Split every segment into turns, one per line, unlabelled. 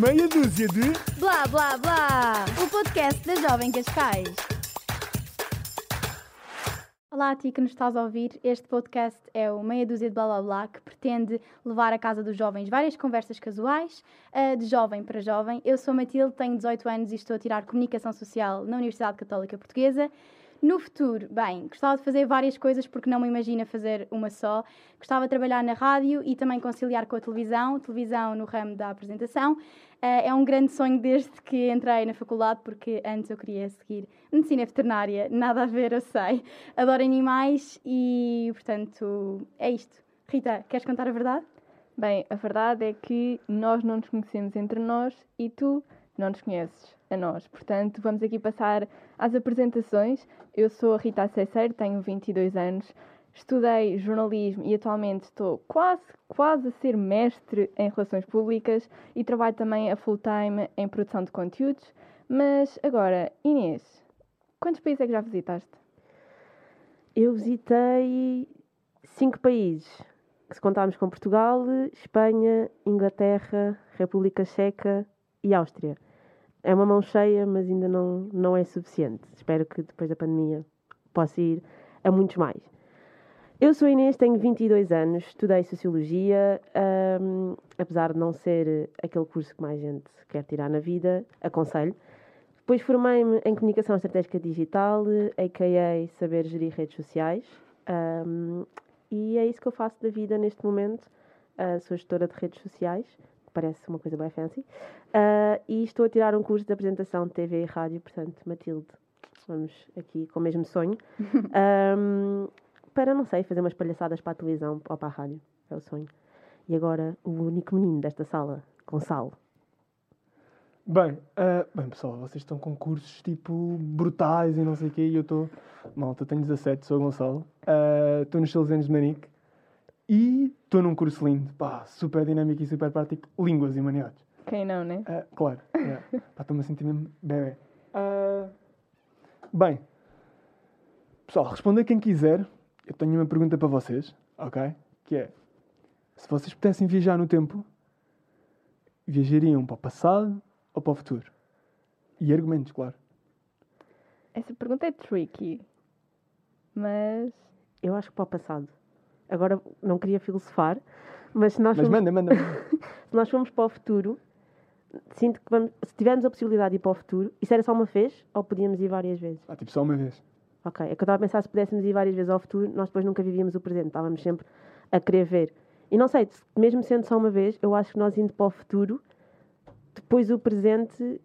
Meia dúzia de.
Blá Blá Blá, o podcast da Jovem Cascais. Olá a ti que nos estás a ouvir. Este podcast é o Meia Dúzia de Blá Blá Blá, que pretende levar à casa dos jovens várias conversas casuais, ah, de jovem para jovem. Eu sou a Matilde, tenho 18 anos e estou a tirar Comunicação Social na Universidade Católica Portuguesa. No futuro, bem, gostava de fazer várias coisas porque não me imagino a fazer uma É só. Gostava de trabalhar na rádio e também conciliar com a televisão, televisão no ramo da apresentação. Ah, é um grande sonho desde que entrei na faculdade, porque antes eu queria seguir medicina veterinária, nada a ver, eu sei. Adoro animais e, portanto, é isto. Rita, queres contar a verdade?
Bem, a verdade é que nós não nos conhecemos entre nós e tu não nos conheces a nós. Portanto, vamos aqui passar às apresentações. Eu sou a Rita Acesseiro, tenho 22 anos, estudei jornalismo e atualmente estou quase, quase a ser mestre em relações públicas e trabalho também a full time em produção de conteúdos. Mas agora, Inês, quantos países é que já visitaste?
Eu visitei cinco países. Se contarmos com Portugal, Espanha, Inglaterra, República Checa e Áustria. É uma mão cheia, mas ainda não, não é suficiente. Espero que depois da pandemia possa ir a muitos mais. Eu sou a Inês, tenho 22 anos, estudei Sociologia, hum, apesar de não ser aquele curso que mais gente quer tirar na vida, aconselho. Depois formei-me em Comunicação Estratégica Digital, a.k.a. Saber Gerir Redes Sociais. Ahm, e é isso que eu faço da vida neste momento. Ah, sou gestora de redes sociais, que parece uma coisa bem fancy. Ah, e estou a tirar um curso de apresentação de TV e rádio, portanto, Matilde, vamos aqui com o mesmo sonho. Ahm, para, não sei, fazer umas palhaçadas para a televisão ou para a rádio. É o sonho. E agora, o único menino desta sala, Gonçalo.
Bem, ah, bem, pessoal, vocês estão com cursos tipo brutais e não sei o quê. E eu estou. Malta, tenho 17, sou o Gonçalo. ah, Estou nos seus anos de Manique. E estou num curso lindo, pá, super dinâmico e super prático. Línguas e humanidades.
Quem não, né?
Ah, claro, yeah. Pá, estou-me a sentir mesmo bebê. Ah, bem, pessoal, responda quem quiser. Eu tenho uma pergunta para vocês, ok? Que é: se vocês pudessem viajar no tempo, viajariam para o passado ou para o futuro? E argumentos, claro.
Essa pergunta é tricky. Mas.
Eu acho que para o passado. Agora, não queria filosofar, mas se nós
Mas
formos
manda, manda. manda.
se nós formos para o futuro, sinto que vamos, se tivermos a possibilidade de ir para o futuro, isso era só uma vez ou podíamos ir várias vezes?
Ah, tipo, só uma vez.
Ok, é que eu estava a pensar se pudéssemos ir várias vezes ao futuro, nós depois nunca vivíamos o presente, estávamos sempre a querer ver. E não sei, se- mesmo sendo só uma vez, eu acho que nós indo para o futuro, depois o presente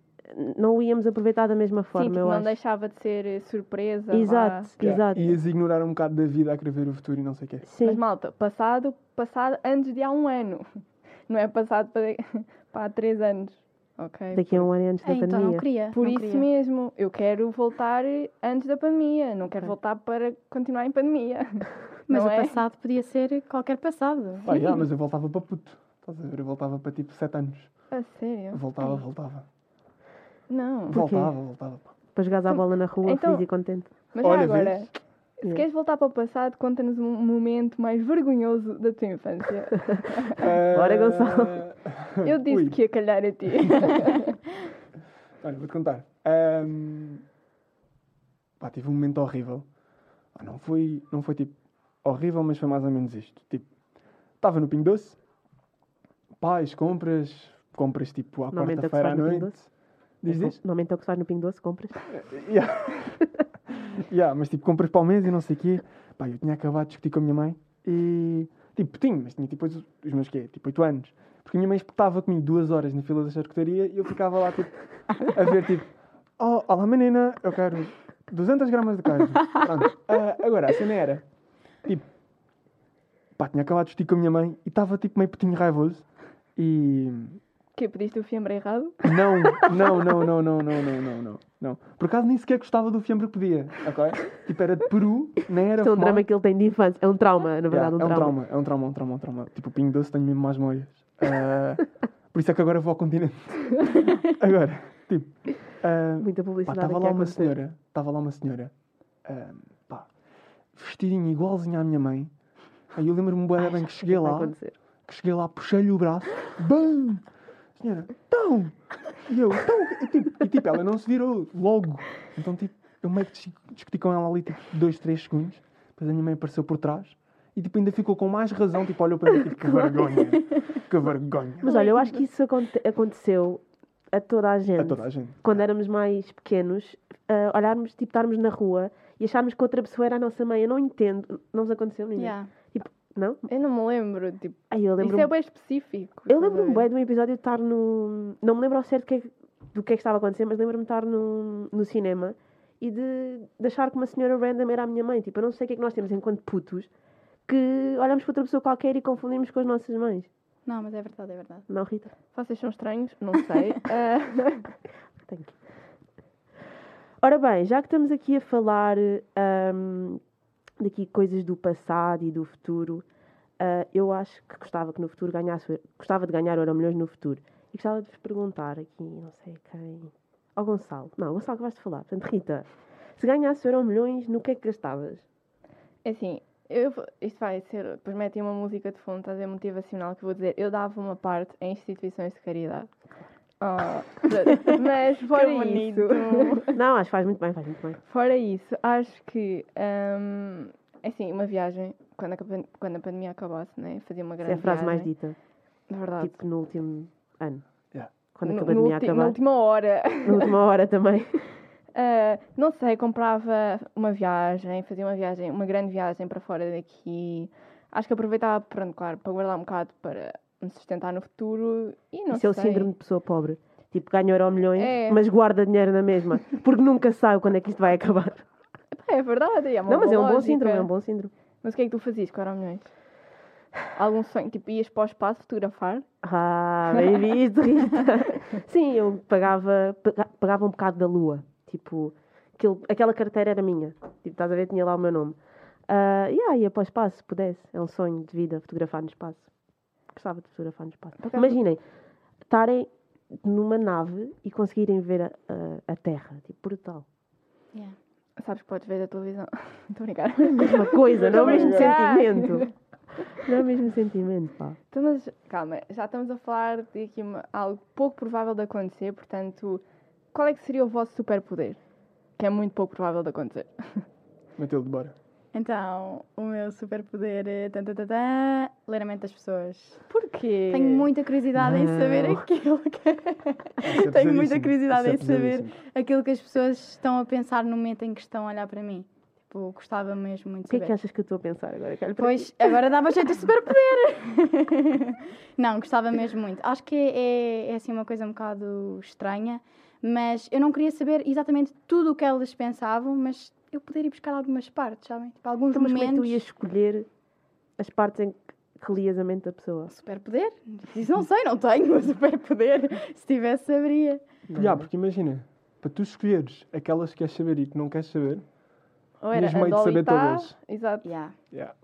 não o íamos aproveitar da mesma
Sim,
forma,
tipo,
eu
não
acho.
deixava de ser eh, surpresa. vá.
Exato, exato.
Yeah. Ias ignorar um bocado da vida a querer ver o futuro e não sei o quê.
Sim.
Mas malta, passado, passado antes de há um ano. Não é passado para, para há três anos. Ok?
Daqui a um ano é antes da
Ah, então não
pandemia.
queria.
Por
não
isso
queria.
mesmo, eu quero voltar eh, antes da pandemia. Não quero voltar para continuar em pandemia.
Mas
não
o
é?
passado podia ser qualquer passado.
Ah, yeah, mas eu voltava para puto. Estás a ver? Eu voltava para tipo 7 anos.
A sério?
Voltava, voltava.
Não.
Porquê?
Voltava, voltava. pá.
Para jogares à bola na rua,
Então-
feliz e contente.
Mas já
Olha,
agora,
vês?
se queres voltar para o passado, conta-nos um momento mais vergonhoso da tua infância.
Bora, Gonçalo.
Ah,
Eu disse
Eh, ui.
que ia calhar a ti.
Olha, vou-te contar. Ahm, Pá, tive um momento horrível. Ah, não, foi, não foi tipo horrível, mas foi mais ou menos isto. Tipo, estava no Pingo Doce, pais, compras, compras tipo à
Normalmente é o que se
quarta-feira à
faz no Pingo
noite. Diz, diz? É
Normalmente é o que se faz no Pingo Doce, compras.
Yeah. yeah, mas tipo, compras para o mês e não sei o quê. Pá, eu tinha acabado de discutir com a minha mãe e. Tipo, tinha, mas tinha tipo os os meus quê? Tipo, 8 anos. Porque a minha mãe espetava comigo duas horas na fila da charcutaria e eu ficava lá, tipo, a ver, tipo, oh, olá menina, eu quero 200 gramas de carne. Pronto. Ah, agora, a cena era, tipo, pá, tinha acabado de discutir com a minha mãe e estava, tipo, meio putinho raivoso e.
que pediste o fiambre errado?
Não, não, não, não, não, não, não, não, não, não. Por acaso nem sequer gostava do fiambre que pedia, ok? Tipo, era de Peru, nem era
Isto é um
fumado.
drama que ele tem de infância. É um trauma, na
Yeah,
verdade, um,
é um
trauma.
trauma, é um trauma, um trauma, um trauma. Tipo, o Pinho Doce tenho mesmo mais memórias. Ah, por isso é que agora vou ao continente. agora, tipo... ah,
Muita
Pá,
publicidade
estava
aqui
lá
a
uma
acontecer.
senhora, estava lá uma senhora, ahm, pá, vestidinha igualzinha à minha mãe. Aí eu lembro-me bué da bem que cheguei
Vai
lá,
acontecer.
que cheguei lá, puxei-lhe o braço, BAM! senhora, então! E eu, então! E tipo, e, tipo, ela não se virou logo. Então, tipo, eu meio que dis- discuti com ela ali, tipo, dois, três segundos. Depois a minha mãe apareceu por trás. E, tipo, ainda ficou com mais razão. Tipo, olhou para mim, tipo, que vergonha. Que vergonha.
Mas olha,
é
eu acho que isso aconte- aconteceu a toda a gente.
A toda a gente.
Quando éramos mais pequenos, ah, olharmos, tipo, estarmos na rua e acharmos que outra pessoa era a nossa mãe. Eu não entendo. Não vos aconteceu ninguém?
Yeah.
Não?
Eu não me lembro, tipo,
Ai, eu
isso
lembro um
é bem específico.
Eu lembro-me
estás a
bem de um episódio de estar no. Não me lembro ao certo o que é que- do que é que estava a acontecer, mas lembro-me de estar no, no cinema e de, de achar que uma senhora random era a minha mãe. Tipo, eu não sei o que é que nós temos enquanto putos que olhamos para outra pessoa qualquer e confundimos com as nossas mães.
Não, mas é verdade, é verdade.
Não, Rita?
ver? Vocês são estranhos? Não sei. Ah,
Thank you. Ora bem, já que estamos aqui a falar ahm, daqui coisas do passado e do futuro, ah, eu acho que gostava que no futuro ganhasse, gostava de ganhar euro milhões no futuro. E gostava de vos perguntar aqui, não sei quem, ao Gonçalo. Não, Gonçalo que vais-te falar. Portanto, Rita, se ganhasse euro milhões, no que é que gastavas?
é assim, eu, vou- isto vai ser. Depois metem uma música de fundo, estás a ver, motivacional, que eu vou dizer. Eu dava uma parte em instituições de caridade. Ah, mas fora
bonito.
isso.
Não, acho que faz muito bem, faz muito bem.
Fora isso, acho que, hum, assim, uma viagem, quando a, capan- quando a pandemia acabasse, né? Fazia uma
Essa é
grande
a frase mais
viagem.
dita,
Na verdade.
tipo no último ano.
Yeah.
Quando
No-
a
no
pandemia
ulti-
acabar.
Na última hora.
Na última hora também.
Ah, não sei, comprava uma viagem, fazia uma viagem, uma grande viagem para fora daqui. Acho que aproveitava, pronto, claro, para guardar um bocado para me sustentar no futuro. E não
Isso é o
sei.
síndrome de pessoa pobre. Tipo, ganha euro milhões,
É.
mas guarda dinheiro na mesma. Porque nunca sabe quando é que isto vai acabar.
Pá, é verdade. É uma
não, mas é um bom
lógica.
síndrome, é um bom síndrome.
Mas o que é que tu fazias com milhões? Algum sonho? Tipo, ias para o espaço fotografar?
Ah, bem visto, Rita. Sim, eu pagava, paga- pagava um bocado da lua. Tipo, aquele- aquela carteira era minha. Tipo, estás a ver, tinha lá o meu nome. Ah, e aí, ia para o espaço, se pudesse. É um sonho de vida, fotografar no espaço. Gostava de fotografar no espaço.
Por acaso-
Imaginem, estarem numa nave e conseguirem ver a, a, a Terra. Tipo, brutal.
Yeah.
Sabes que podes ver da televisão. Estou a brincar.
mesma coisa, não é o
Estou a
mesmo
brincar.
sentimento. Não é o mesmo sentimento, pá.
Então, mas calma, já estamos a falar de aqui uma- algo pouco provável de acontecer, portanto, qual é que seria o vosso superpoder? Que é muito pouco provável de acontecer.
Matilde, bora.
Então, o meu superpoder é tan, tan, tan, tan, ler a mente das pessoas.
Porquê?
Tenho muita curiosidade em saber
É. Não.
aquilo que...
Isso é
Tenho muita
pesadíssimo.
curiosidade
Isso é
em saber.
pesadíssimo.
aquilo que as pessoas estão a pensar no momento em que estão a olhar para mim. Tipo, gostava mesmo muito de
O que é
saber.
que achas que eu estou a pensar agora? Carla?
Pois, agora dava jeito de superpoder. não, gostava mesmo muito. Acho que é, é assim uma coisa um bocado estranha, mas eu não queria saber exatamente tudo o que elas pensavam, mas eu poder ir buscar algumas partes, sabem? Tipo, alguns
Então, mas como é que tu
momentos.
ias escolher as partes em que, que lias a mente da pessoa?
Superpoder? Isso não sei, não tenho superpoder. Se tivesse, saberia.
Ya, porque imagina, para tu escolheres aquelas que queres saber e que não queres saber,
Ou era
Tinhas meio de
a Dolly
saber
Tá,
todas.
Exato.
Yeah.
ya,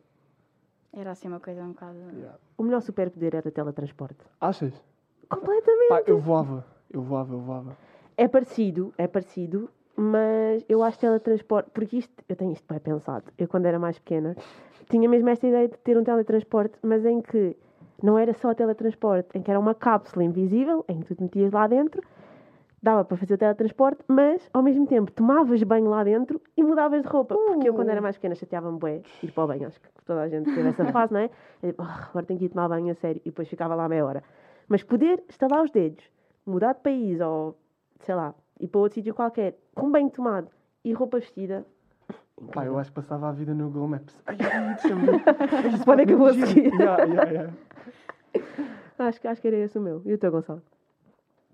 Era assim uma coisa um bocado.
ya.
O melhor superpoder era teletransporte.
achas?
Completamente.
Pá, eu voava, eu voava, eu voava.
É parecido, é parecido, mas eu acho teletransporte. Porque isto, eu tenho isto bem pensado. Eu, quando era mais pequena, tinha mesmo esta ideia de ter um teletransporte, mas em que não era só teletransporte, em que era uma cápsula invisível, em que tu te metias lá dentro, dava para fazer o teletransporte, mas ao mesmo tempo tomavas banho lá dentro e mudavas de roupa. Porque eu, quando era mais pequena, chateava-me bué ir para o banho. Acho que toda a gente teve essa fase, não é? Eu, tipo, "Ah, agora tenho que ir tomar banho a sério. E depois ficava lá meia hora. Mas poder estalar os dedos, mudar de país ou sei lá, ir para outro sítio qualquer, com banho tomado e roupa vestida,
Pá, eu acho que passava a vida no Google Maps. Ai, ai, deixa-me ver.
Isso pode acabar a seguir.
Ya, ya, ya.
acho, que- acho que era esse o meu. E o teu, Gonçalo?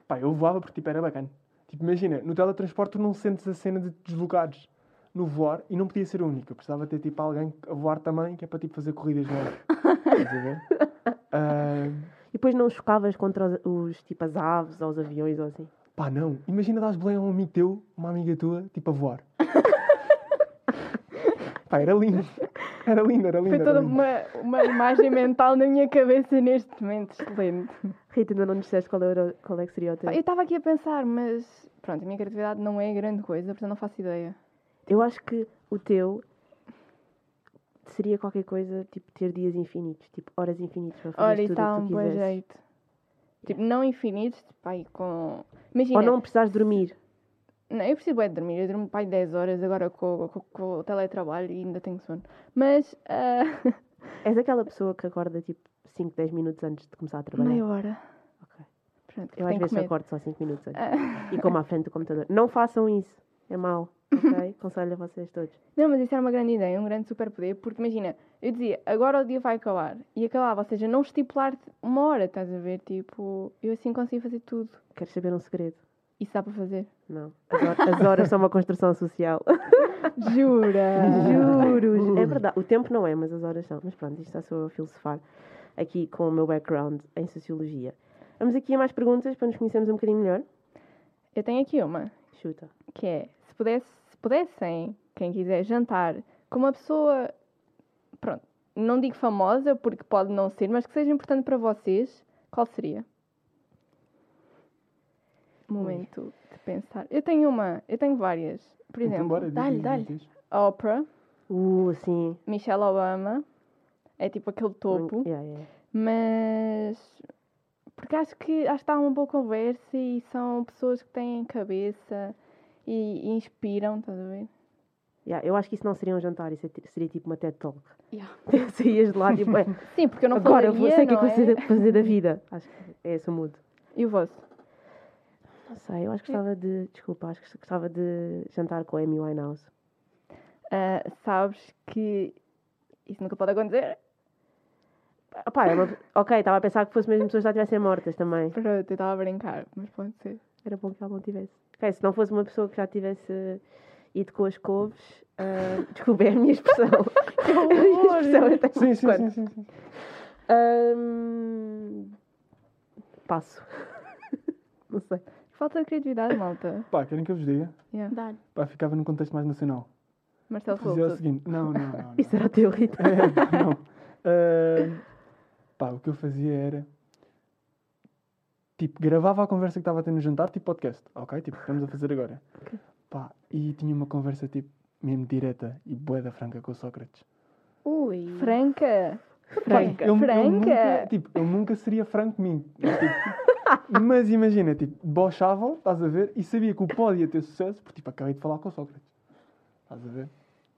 Pá, eu voava porque tipo, era bacana. Tipo, imagina, no teletransporte tu não sentes a cena de te deslocares no voar e não podia ser o único. Eu precisava ter tipo alguém a voar também, que é para tipo fazer corridas no ar. Estás a ver? Ah,
E depois não chocavas contra os, os, tipo as aves ou os aviões ou assim.
pá, não. Imagina dás Belém a um amigo teu, uma amiga tua, tipo a voar. pá, era lindo. Era lindo, era lindo.
Foi
era
toda
lindo.
uma, uma imagem mental na minha cabeça neste momento. Excelente.
Rita, ainda não nos disseste qual, era, o- qual é que seria o teu.
Pá, Eu estava aqui a pensar, mas pronto, a minha criatividade não é grande coisa, portanto não faço ideia.
Eu acho que o teu seria qualquer coisa tipo ter dias infinitos, tipo horas infinitas para fazer
Olha, e
tudo
está
o que
um
tu
bom
quisesse.
jeito. Tipo, não infinitos, tipo, aí com. Imagina,
Ou não precisares dormir.
Não, eu preciso é de dormir. Eu durmo pai 10 horas agora com, com, com o teletrabalho e ainda tenho sono. Mas. ah,
És aquela pessoa que acorda tipo 5, 10 minutos antes de começar a trabalhar.
meia hora.
Ok.
Pronto,
Eu
tenho
às vezes
comer.
acordo só 5 minutos antes.
Ah,
E como à frente do computador. Não façam isso. É mau. Ok? Conselho a vocês todos.
Não, mas isso era uma grande ideia, um grande superpoder, porque imagina, eu dizia, agora o dia vai acabar, e acabava, ou seja, não estipular uma hora, estás a ver? Tipo, eu assim consigo fazer tudo.
Queres saber um segredo?
Isso dá para fazer.
Não. As hor- As horas são uma construção social.
Jura!
Juros. É verdade. O tempo não é, mas as horas são. Mas pronto, isto está só a filosofar aqui com o meu background em sociologia. Vamos aqui a mais perguntas para nos conhecermos um bocadinho melhor.
eu tenho aqui uma,
Chuta.
que é, se, pudesse, se pudessem, quem quiser, jantar com uma pessoa, pronto, não digo famosa, porque pode não ser, mas que seja importante para vocês, qual seria? Momento de pensar. Eu tenho uma, eu tenho várias. Por exemplo,
Então, bora, diz,
dá-lhe,
diz,
dá-lhe.
diz.
a Oprah,
Uh, sim.
Michelle Obama é tipo aquele topo,
Yeah, yeah.
mas porque acho que acho que está uma boa conversa e são pessoas que têm cabeça e, e inspiram, estás a ver?
Yeah, eu acho que isso não seria um jantar, isso seria, seria tipo uma TED Talk.
Yeah.
Saías de lá tipo, é,
Sim, porque eu não
agora
falaria,
você o que é
não
que você
é?
deve fazer da vida. Acho que é esse o mood. É.
E o vosso?
Não sei, eu acho que gostava de. Desculpa, acho que gostava de jantar com a Amy Winehouse.
Ah, sabes que isso nunca pode acontecer?
Ah, pá, é uma- ok, estava a pensar que fosse mesmo pessoas que já estivessem mortas também.
Pronto, eu estava a brincar, mas pode ser.
Era bom que ela não tivesse. Ok, se não fosse uma pessoa que já tivesse ido com as couves, ah, desculpa, é a minha expressão. que a minha
horror!
expressão é até
Sim, sim,
quando.
sim, sim, sim.
Ahm, Passo. não sei.
Falta de criatividade, malta.
Pá, querem que eu vos diga?
Yeah.
Dá-lhe.
Pá, ficava num contexto mais nacional.
Marcelo
Fazer o
Rebelo.
seguinte. Não, não, não. não.
Isso era teu, Rita.
É, pá, não. Ah, pá, o que eu fazia era. Tipo, gravava a conversa que estava a ter no jantar, tipo podcast, ok? Tipo, estamos a fazer agora.
Ok.
Pá, e tinha uma conversa, tipo, mesmo direta e boeda franca com o Sócrates.
Ui.
Franca!
Pá, tipo,
Franca!
eu- eu nunca-
Franca!
tipo, eu nunca seria franco comigo. Mas, tipo, mas imagina, tipo, bochavam, estás a ver, e sabia que o pódio ia ter sucesso, porque, tipo, acabei de falar com o Sócrates. Estás a ver?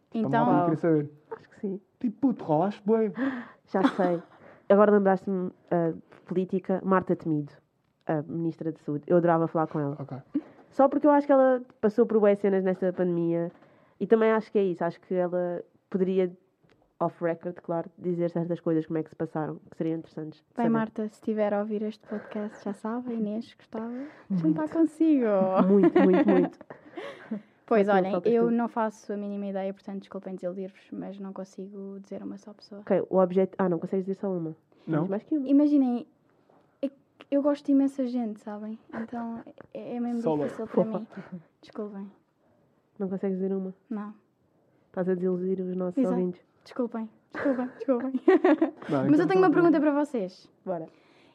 Tipo, a malta não
Então,
queria saber.
Acho que sim.
Tipo, puto, rolaste bem.
Já sei. Agora lembraste-me ah, de política, Marta Temido, a ministra de Saúde. Eu adorava falar com ela.
Ok.
Só porque eu acho que ela passou por boas cenas nesta pandemia e também acho que é isso. Acho que ela poderia, off record, claro, dizer certas coisas, como é que se passaram, que seriam interessantes. de
bem,
saber.
Marta, se estiver a ouvir este podcast, já sabe, a Inês gostava de jantar consigo.
Muito, muito, muito.
Pois
Aquilo
olhem,
faltas
eu
tu.
não faço a mínima ideia, portanto, desculpem desiludir-vos, mas não consigo dizer uma só pessoa.
ok, o objeto. Ah, não consegues dizer só uma.
Não?
Tens mais que uma.
Imaginem, é que eu gosto de imensa gente, sabem? Então é, é mesmo
Solo.
difícil para mim. Desculpem,
Não consegues dizer uma.
não.
Estás a desiludir os nossos
Exato.
ouvintes.
Desculpem, desculpem, desculpem.
Não,
mas
então
eu tenho uma
não-
pergunta para vocês.
Bora.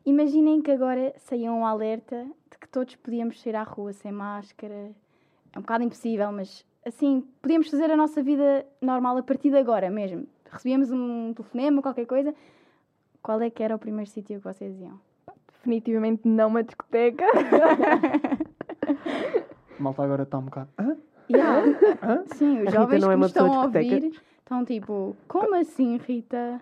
Imaginem que agora saia um alerta de que todos podíamos sair à rua sem máscara. É um bocado impossível, mas assim, podíamos fazer a nossa vida normal a partir de agora mesmo. Recebíamos um telefonema, qualquer coisa. Qual é que era o primeiro sítio que vocês iam?
Definitivamente não uma discoteca.
Malta agora está um bocado. Hã? Hã?
Sim, os
Rita
jovens
não
que
é uma
nos estão
pessoa
a
discoteca.
ouvir estão tipo, como assim, Rita?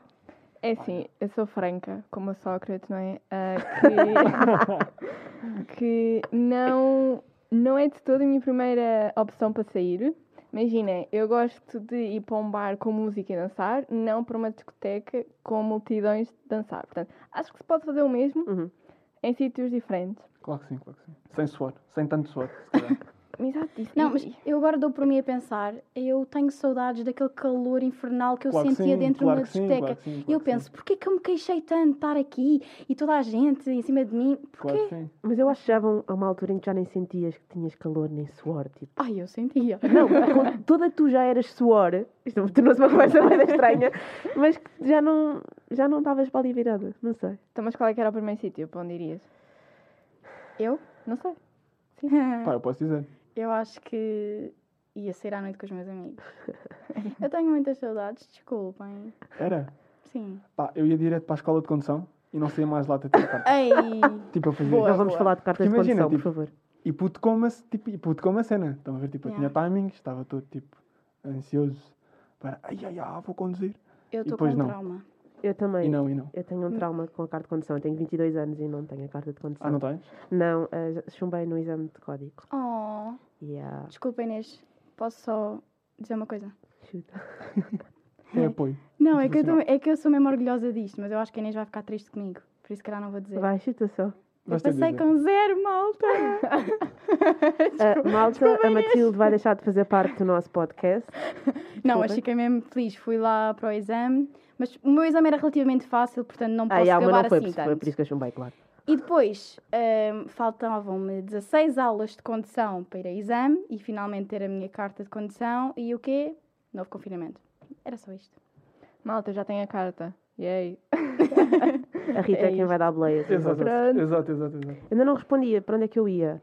É assim, eu sou franca, como o Sócrates, não é? Ah, que que não, não é de todo a minha primeira opção para sair. Imaginem, eu gosto de ir para um bar com música e dançar, não para uma discoteca com multidões de dançar. Portanto, acho que se pode fazer o mesmo
Uhum.
em sítios diferentes.
Claro que sim, claro que sim. Sem suor, sem tanto suor, se calhar.
Exato, isso.
Não, mas
E-
eu agora dou por mim a pensar, eu tenho saudades daquele calor infernal que eu
Claro que
sentia
sim,
dentro de
claro
uma
que sim,
discoteca.
claro que sim,
E eu
claro que
penso, porquê que eu me queixei tanto de estar aqui e toda a gente em cima de mim? Porquê?
Claro que sim.
Mas eu acho que já vão a uma altura em que já nem sentias que tinhas calor nem suor, tipo.
Ai, eu sentia.
Não, com- toda tu já eras suor. Isto tornou-se uma conversa mais estranha. Mas que já não já não estavas para ali virada. Não sei.
Então, mas qual é que era o primeiro sítio para onde irias?
Eu?
Não sei.
Pá, eu posso dizer.
Eu acho que ia sair à noite com os meus amigos. eu tenho muitas saudades, desculpem.
Era.
Sim.
Pá, eu ia direto para a escola de condução. e não saia mais lata de carta.
Ei!
Tipo, a fazer.
Boa.
Não vamos falar de cartas
Porque
de
imagina,
condução, por
tipo,
favor.
E puto como a, c- tipo, e puto como a cena. Estão a ver, tipo, eu
Yeah.
tinha timings, estava todo, tipo, ansioso para, ai, ai, ai, vou conduzir.
Eu
E
estou com
depois não.
trauma.
Eu também.
E não, e não.
Eu tenho um trauma com a carta de condução. Eu tenho 22 anos e não tenho a carta de condução.
Ah, não tens?
Não, ah, já chumbei no exame de código. ah,
Oh,
Yeah.
desculpa Inês, posso só dizer uma coisa?
Chuta.
É apoio.
Não, é que, eu tô- é que eu sou mesmo orgulhosa disto, mas eu acho que a Inês vai ficar triste comigo. Por isso, que calhar, não vou dizer.
Vai, chuta só.
eu
Vais ter de
passei
dizer.
com zero, malta!
Ah,
É,
malta, a Matilde vai deixar de fazer parte do nosso podcast.
Não,
Desculpa.
mas fiquei mesmo feliz. Fui lá para o exame, mas o meu exame era relativamente fácil, portanto não posso
ah, yeah, mas
acabar
não foi,
assim
por, foi por
tanto.
isso que eu chumbei, claro.
E depois ahm, faltavam-me 16 aulas de condução para exame e finalmente ter a minha carta de condução e o quê? Novo confinamento. Era só isto.
Malta, já tenho a carta. Yay.
A Rita é,
É
quem vai dar boleia. assim,
Exato,
aos outros.
Pronto.
exato, exato, exato.
Ainda não respondia para onde é que eu ia.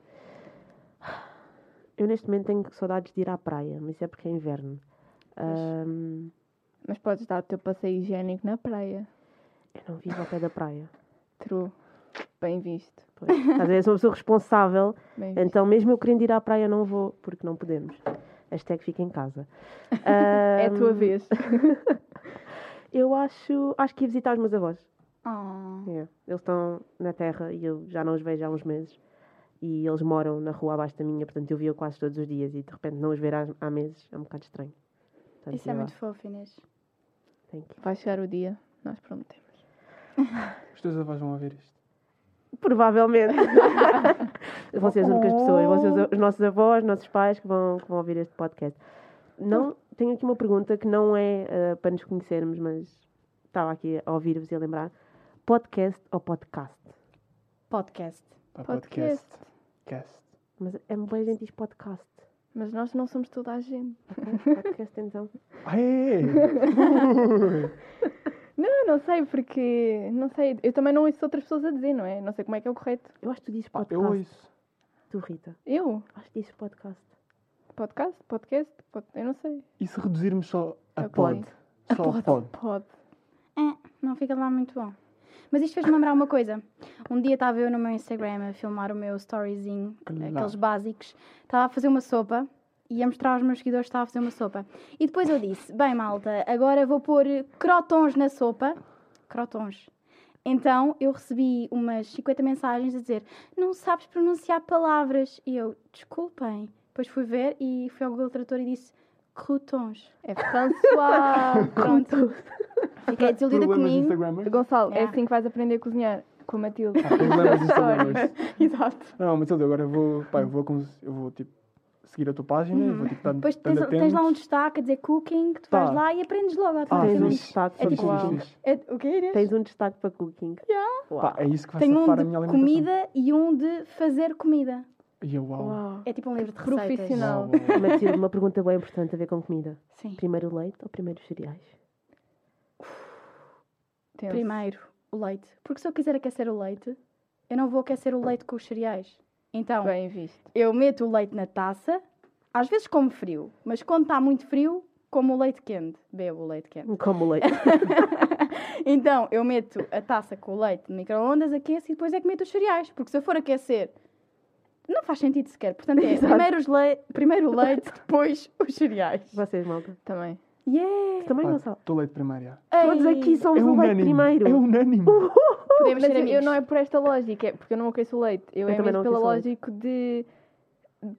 Eu neste momento tenho saudades de ir à praia, mas isso é porque é inverno. Ahm,
Mas podes dar o teu passeio higiênico na praia.
eu não vivo ao pé da praia.
True. Bem visto.
Pois. Às vezes sou uma pessoa responsável,
Bem visto.
então mesmo eu querendo ir à praia não vou, porque não podemos. Hashtag fica em casa.
é a tua
Ahm,
vez.
Eu acho, acho que ia visitar os meus avós.
Oh,
É, Eles estão na terra e eu já não os vejo há uns meses. E eles moram na rua abaixo da minha, portanto eu via quase todos os dias e de repente não os ver há, há meses é um bocado estranho. Portanto,
isso é
ia lá.
muito fofo, Inês.
Thank you.
Vai chegar o dia, nós prometemos.
Os teus avós vão ouvir isto.
Provavelmente. vocês, as únicas pessoas, vocês, os nossos avós, nossos pais que vão, que vão ouvir este podcast.
Então-
Não, tenho aqui uma pergunta que não é ah, para nos conhecermos, mas estava aqui a ouvir-vos e a lembrar. Podcast ou podcast?
Podcast.
Pá,
Podcast.
É Podcast.
Mas é bem a gente diz podcast.
Mas nós não somos toda a gente.
Podcast então.
Ah, Aê!
Não, não sei, porque. Não sei. Eu também não ouço outras pessoas a dizer, não é? Não sei como é que é o correto.
Eu acho que tu dizes
Pá,
podcast.
eu ouço.
Tu, Rita.
Eu?
Acho que dizes podcast.
Podcast? Podcast? pod- Eu não sei.
E se reduzirmos só a
É o que
pod? Só a pod.
Pode.
É, Não fica lá muito bom. Mas isto fez-me lembrar uma coisa. Um dia estava eu no meu Instagram a filmar o meu storyzinho,
Claro.
aqueles básicos. Estava a fazer uma sopa e ia mostrar aos meus seguidores que estava a fazer uma sopa. E depois eu disse: Bem, malta, agora vou pôr eh, crotons na sopa. Crotons. Então eu recebi umas 50 mensagens a dizer: Não sabes pronunciar palavras. E eu, desculpem. Depois fui ver e fui ao Google Trator e disse: Crotons.
É François. Pronto.
Pronto. Fiquei desiludida
Problemas
comigo.
Instagrammers?
Gonçalo, é
Yeah.
assim que vais aprender a cozinhar. Com a Matilde.
Ah, problemas
Sorry.
Instagrammers.
Exato.
Não, Matilde, agora eu vou, pá, eu vou, com- eu vou tipo, seguir a tua página,
Uhum.
vou tipo, dar
Depois tens, tens lá um destaque a dizer cooking, tu
Tá.
vais lá e aprendes logo
Ah,
Tens um
fixe.
automaticamente.
destaque
É
para
tipo,
cooking.
fixe.
É- o que é Inês?
Tens um destaque para cooking.
Pá, é isso que vai
Tenho um
safar a
de
minha alimentação.
comida e um de fazer comida.
E eu, uau. uau,
Uau.
É tipo um livro de receitas.
Profissional.
uau, uau.
Matilde, uma pergunta bem importante a ver com comida.
Sim.
Primeiro o leite ou primeiro os cereais?
Tenso.
Primeiro, o leite. Porque se eu quiser aquecer o leite, eu não vou aquecer o leite com os cereais. Então,
Bem visto.
eu meto o leite na taça, às vezes como frio, mas quando está muito frio, como o leite quente. Bebo o leite quente.
Como o leite.
Então, eu meto a taça com o leite no micro-ondas, aqueço e depois é que meto os cereais. Porque se eu for aquecer, não faz sentido sequer. Portanto, é
Exato.
primeiro, os le... primeiro o leite, depois os cereais.
Vocês, malta.
Também.
Yeah!
Também,
Pá,
Gonçalo.
Estou leite primária.
Todos
Ei,
aqui somos
é
o leite
unânime.
primeiro.
É unânime.
Podemos
Mas
ser
eu, eu
amigos.
não é por esta lógica, é porque eu não aqueço o leite. Eu,
Eu
é
também
mesmo
não
pela
aqueço o leite.
lógica de,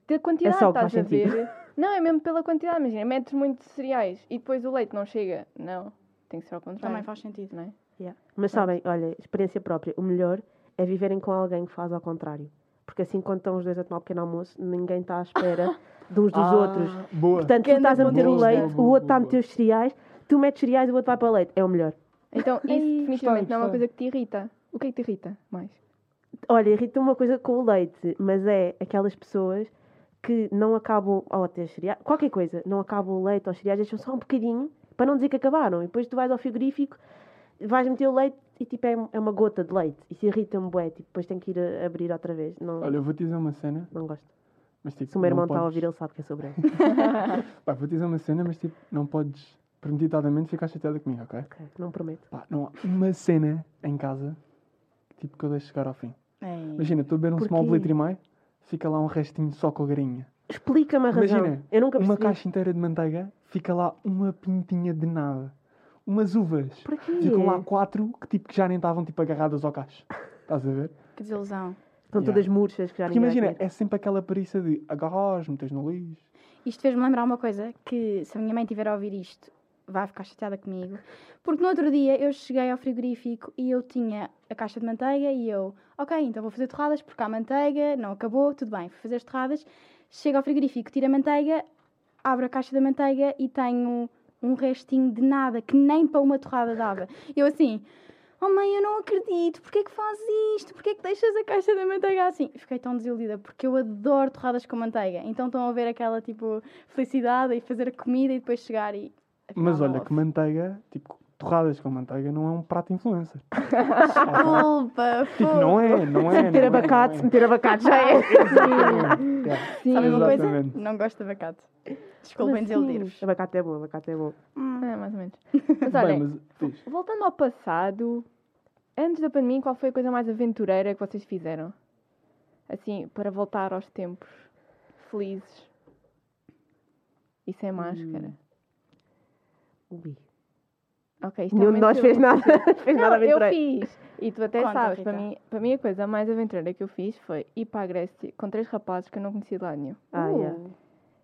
da quantidade,
É só o que
estás
faz
a ver? Não, é mesmo pela quantidade, imagina, metes muitos cereais e depois o leite não chega. Não, tem que ser ao contrário.
Também faz sentido.
não é?
Yeah. Mas sabem, olha, experiência própria. O melhor é viverem com alguém que faz ao contrário. Porque assim, quando estão os dois a tomar um pequeno almoço, ninguém está à espera de uns dos
Ah,
outros.
Boa.
Portanto, tu
Ganda
estás a meter o
ponto de
leite,
vista.
o outro está a
Boa,
meter os cereais, tu metes cereais e o outro vai para o leite. É o melhor.
Então, isso
Ai,
definitivamente não é uma
gostei.
coisa que te irrita. O que é que te irrita mais?
Olha, irrita uma coisa com o leite, mas é aquelas pessoas que não acabam, ou até cereais, qualquer coisa, não acabam o leite ou os cereais, deixam só um bocadinho, para não dizer que acabaram. E depois tu vais ao frigorífico, vais meter o leite e tipo é, é uma gota de leite. Isso irrita-me, bué, tipo, depois tenho que ir a- abrir outra vez. Não,
Olha, eu vou te dizer uma cena,
não gosto.
mas tipo.
Se o meu irmão
não
está a
podes-
ouvir, ele sabe que é sobre ele.
Pá, vou te dizer uma cena, mas tipo, não podes premeditadamente ficar chateada comigo, ok?
Ok, não prometo.
Pá, não há uma cena em casa tipo que eu deixo chegar ao fim.
Ei.
Imagina, estou a beber um
Porquê?
small de litro e meio, fica lá um restinho só com a garinha.
Explica-me a razão.
Imagina,
eu nunca
Uma
percebi.
caixa inteira de manteiga, fica lá uma pintinha de nada. Umas uvas.
Para quê?
Ficam lá quatro que, tipo, que já nem estavam tipo, agarradas ao cacho. Estás a ver?
Que desilusão.
Estão
Yeah.
todas murchas que já
Porque
ninguém vai
imagina,
comer.
é sempre aquela perícia de agarras, metes no lixo.
Isto fez-me lembrar uma coisa que, se a minha mãe tiver a ouvir isto, vai ficar chateada comigo. Porque no outro dia eu cheguei ao frigorífico e eu tinha a caixa de manteiga e eu, ok, então vou fazer torradas porque há manteiga, não acabou, tudo bem, vou fazer as torradas. Chego ao frigorífico, tiro a manteiga, abro a caixa da manteiga e tenho um restinho de nada que nem para uma torrada dava. Eu assim, oh mãe, eu não acredito, porquê é que fazes isto? Porquê é que deixas a caixa da manteiga assim? Fiquei tão desiludida, porque eu adoro torradas com manteiga. Então estão a ver aquela, tipo, felicidade e fazer a comida e depois chegar e... afinal
Mas
não
olha,
houve.
que manteiga, tipo, torradas com manteiga não é um prato influencer.
Desculpa,
Tipo, não é, não é.
Meter
não é,
abacate,
não é.
meter abacate já é.
Yeah.
Sim,
Sabe uma coisa?
Exatamente.
Não gosto de abacate. Desculpem
é Mas sim.
desiludir-vos.
Abacate é bom, abacate é bom.
É, mais ou menos. Mas olha,
Bem, é, tipo, mas diz.
voltando ao passado, antes da pandemia, qual foi a coisa mais aventureira que vocês fizeram? Assim, para voltar aos tempos felizes. E sem máscara.
Hum. Ui.
Ok, isto
Nenhum de
realmente
nós
eu-
fez nada. fez
Não,
nada
eu
aventureiro.
fiz. E tu até
Conta,
sabes, para
Rita.
mim, para mim a coisa mais aventureira que eu fiz foi ir para a Grécia com três rapazes que eu não conhecia de lado nenhum.
Ah,
Uh,
yeah.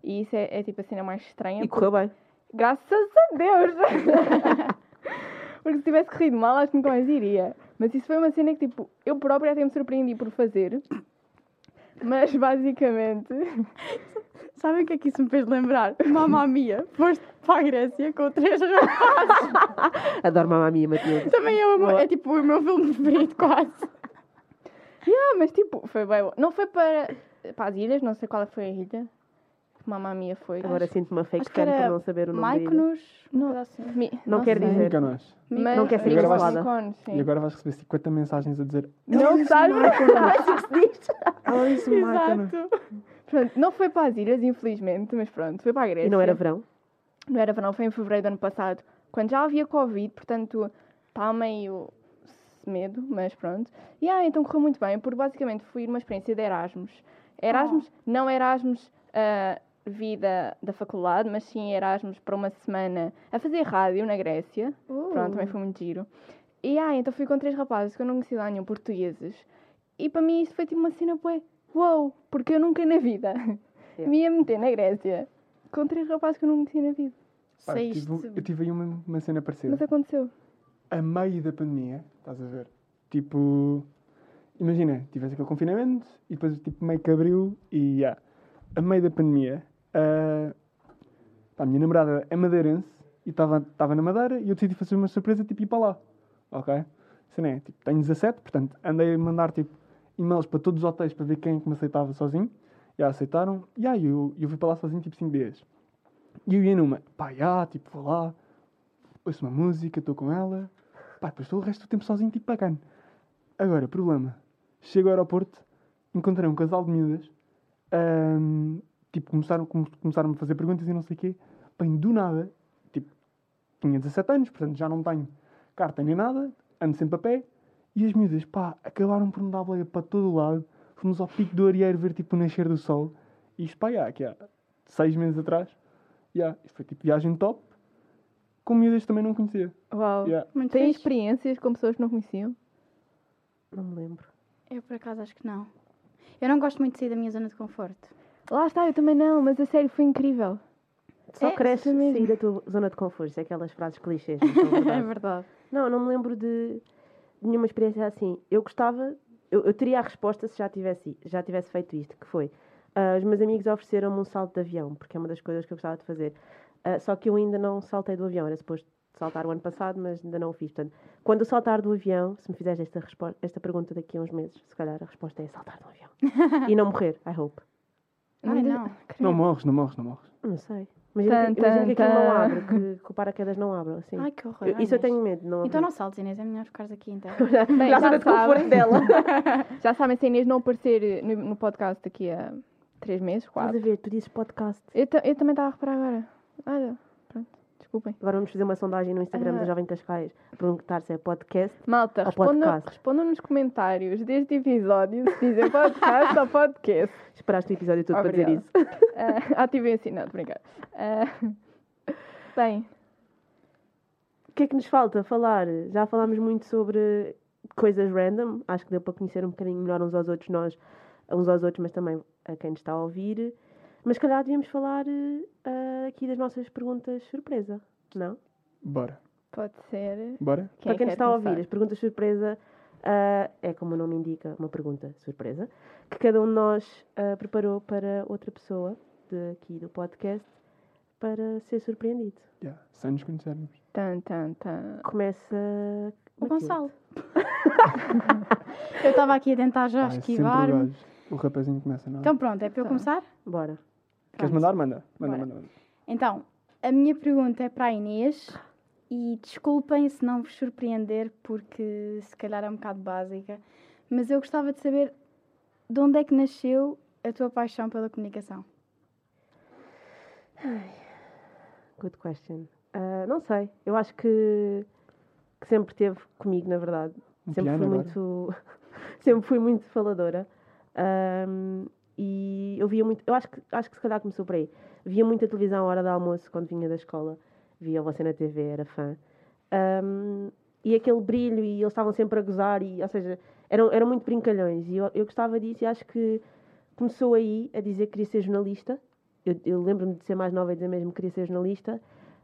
E isso é, é tipo a cena mais estranha.
E
porque-
correu bem.
Graças a Deus! Porque se tivesse corrido mal, acho que nunca mais iria. Mas isso foi uma cena que, tipo, eu própria até me surpreendi por fazer. Mas, basicamente...
Sabem o que é que isso me fez lembrar? Mamma mia, foste para a Grécia com três rapazes.
Adoro mamãe minha, Matilde.
Também é, o meu- é tipo o meu filme preferido, quase.
Ah, mas, tipo, foi bem bom. Não foi para, para as ilhas, não sei qual foi a ilha. que Mamma mia foi.
Agora sinto-me uma fake
acho que
fan
era
por não saber o nome dele.
Mykonos.
Não,
Assim.
Mi-
Não quer
sei.
dizer.
Nunca nós.
Mas,
Não quer ser
Mico
cancelada.
Miconos, sim.
E agora vais receber 50 mensagens a dizer
Não sabes?
é,
é
Ela disse Mykonos.
Exato. Pronto, não foi para as ilhas, infelizmente, mas pronto, foi para a Grécia.
E não era verão.
não era verão, foi em fevereiro do ano passado, quando já havia Covid, portanto estava meio medo, mas pronto. E ah, então correu muito bem, porque basicamente foi uma experiência de Erasmus. Erasmus, não Erasmus ah, vida da faculdade, mas sim Erasmus para uma semana a fazer rádio na Grécia.
Uh,
Pronto, também foi muito giro. E ah, então fui com três rapazes que eu não conhecia lá nenhum, portugueses. E para mim isto foi tipo uma cena, ué, uou, porque eu nunca na vida
Yeah.
me ia meter na Grécia com três rapazes que eu não conhecia na vida.
Pá, eu tive- um-
Saíste.
Eu tive aí uma, uma cena parecida.
Mas aconteceu.
a meio da pandemia, estás a ver? Tipo, imagina, tivesse aquele confinamento e depois tipo meio que abriu e já. A meio da pandemia, ah, pá, a minha namorada é madeirense e estava estava na Madeira e eu decidi fazer uma surpresa tipo ir para lá, ok? Assim é, tipo, tenho 17, portanto andei a mandar tipo e-mails para todos os hotéis para ver quem é que me aceitava sozinho. Já aceitaram. E aí eu, eu fui para lá sozinho tipo 5 dias. E eu ia numa, pá, já, tipo, vou lá, ouço uma música, estou com ela, Pá, depois estou o resto do tempo sozinho, tipo bacana. Agora, problema. Chego ao aeroporto, encontrei um casal de miúdas, ahm, tipo, começaram, come- começaram-me a fazer perguntas e não sei o quê. Bem, do nada, tipo, tinha 17 anos, portanto já não tenho carta nem nada, ando sempre a pé. E as miúdas, pá, acabaram por me dar boleia para todo o lado. Fomos ao pico do Arieiro ver, tipo, o nascer do sol. E isto, pá, já, aqui há seis meses atrás. Já, isto foi, tipo, viagem top. Com miúdas que também não conhecia.
Uau.
Já.
Muito
Tem
fixe.
experiências com pessoas que não conheciam?
Não me lembro.
Eu, por acaso, acho que não. Eu não gosto muito de sair da minha zona de conforto.
Lá está, eu também não, mas a sério, foi incrível.
Só
É,
cresce
isso mesmo.
sair da tua zona de conforto. É aquelas frases clichês. mas são É verdade.
verdade.
Não, não me lembro de nenhuma experiência assim. Eu gostava, eu, eu teria a resposta se já tivesse, já tivesse feito isto, que foi. ah, os meus amigos ofereceram-me um salto de avião, porque é uma das coisas que eu gostava de fazer. Ah, só que eu ainda não saltei do avião, era suposto saltar o ano passado, mas ainda não o fiz. Portanto, quando eu saltar do avião, se me fizeres esta, respo- esta pergunta daqui a uns meses, se calhar a resposta é saltar do avião. e não morrer, I hope.
Ai, não.
Não morres, não morres, não morres.
Não sei. Imagina,
Tan,
que, imagina que
tan,
aquilo não
tan.
abre, que, que o paraquedas não abre. Assim.
Ai, que horror.
Eu-
ai,
isso eu
Inês.
tenho medo. Não
Então
abrir.
não saltes, Inês. É melhor ficares aqui, então.
Bem,
Na
já
zona de conforto
sabem-
dela.
Já sabem, se a Inês não aparecer no, no podcast daqui a três meses,
Estás
quatro.
a ver, tu dizes podcast.
Eu, ta- eu também estava a reparar agora. Olha, pronto, desculpem.
Agora vamos fazer uma sondagem no Instagram
Ah.
da Jovem Cascais, perguntar se é podcast.
Malta,
Ao
respondam,
podcast.
respondam nos comentários deste episódio se dizem podcast ou podcast.
Esperaste o episódio todo para dizer
Obrigada.
isso.
Ah, ativem assim, não, obrigada. Ah, bem,
O que é que nos falta falar? Já falámos muito sobre coisas random, acho que deu para conhecer um bocadinho melhor uns aos outros, nós, uns aos outros, mas também a quem nos está a ouvir. Mas se calhar devíamos falar eh, ah, aqui das nossas perguntas surpresa, não?
Bora.
pode ser. é
Bora?
Quem
para
é
quem
quer
nos está a ouvir,
começar?
as perguntas surpresa ah, é como o nome indica, uma pergunta surpresa, que cada um de nós ah, preparou para outra pessoa de, aqui do podcast para ser surpreendido.
Yeah. Sem nos conhecermos.
Tan, tan, tan.
Começa.
O
Matilde.
Gonçalo. eu estava aqui a tentar já
Ah, é sempre o
esquivar-me.
gajo. O rapazinho começa, não é?
Então pronto, é para eu
Tá.
começar?
Bora.
Queres
Pronto.
mandar? Manda. Manda,
Bora.
manda, manda.
Então, a minha pergunta é para a Inês e desculpem se não vos surpreender porque se calhar é um bocado básica, mas eu gostava de saber de onde é que nasceu a tua paixão pela comunicação.
Good question. Ah, não sei. Eu acho que, que sempre teve comigo, na verdade.
Um
sempre
piano
fui
agora.
muito. sempre fui muito faladora. Ahm, e eu via muito. Eu acho que, acho que se calhar começou por aí. Via muita televisão à hora do almoço, quando vinha da escola. Via você na TV, era fã. Ahm, e aquele brilho, e eles estavam sempre a gozar, e, ou seja, eram, eram muito brincalhões. E eu, eu gostava disso, e acho que começou aí a dizer que queria ser jornalista. Eu, eu lembro-me de ser mais nova e dizer mesmo que queria ser jornalista.